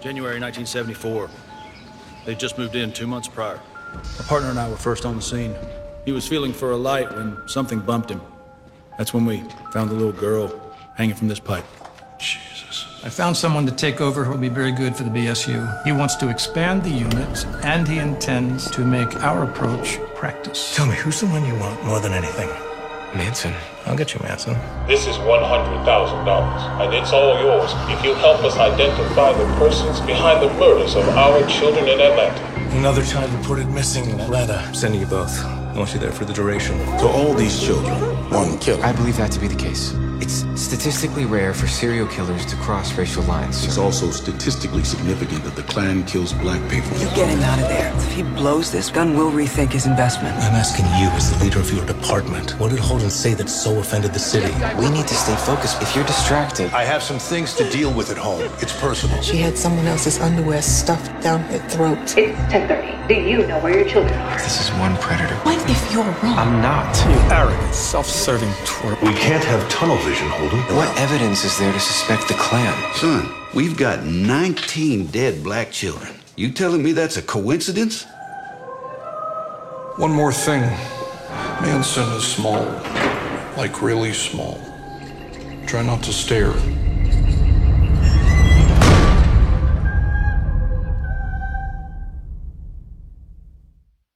January 1974. They just moved in two months prior. My partner and I were first on the scene. He was feeling for a light when something bumped him. That's when we found the little girl hanging from this pipe. I found someone to take over who will be very good for the BSU. He wants to expand the unit, and he intends to make our approach practice. Tell me, who's the one you want more than anything? Manson. I'll get you, Manson. This is $100,000, and it's all yours if you help us identify the persons behind the murders of our children in Atlanta. Another child reported missing in Atlanta. I'm sending you both. I want you there for the duration. So all these children, one killer. I believe that to be the case. It's statistically rare for serial killers to cross racial lines. It's sir. also statistically significant that the Klan kills black people. You get him out of there. If he blows this, Gunn will rethink his investment. I'm asking you, as the leader of your department, what did Holden say that so offended the city? We need to stay focused. If you're distracted, I have some things to deal with at home. It's personal. She had someone else's underwear stuffed down her throat. It's 10:30. Do you know where your children are? this is one predator. What if you're wrong? I'm not. Arrogant, self-serving twerp. We can't have tunnel vision, Holden. What evidence is there to suspect the Klan? Son, we've got 19 dead black children. You telling me that's a coincidence? One more thing. Manson is small. Like really small. Try not to stare.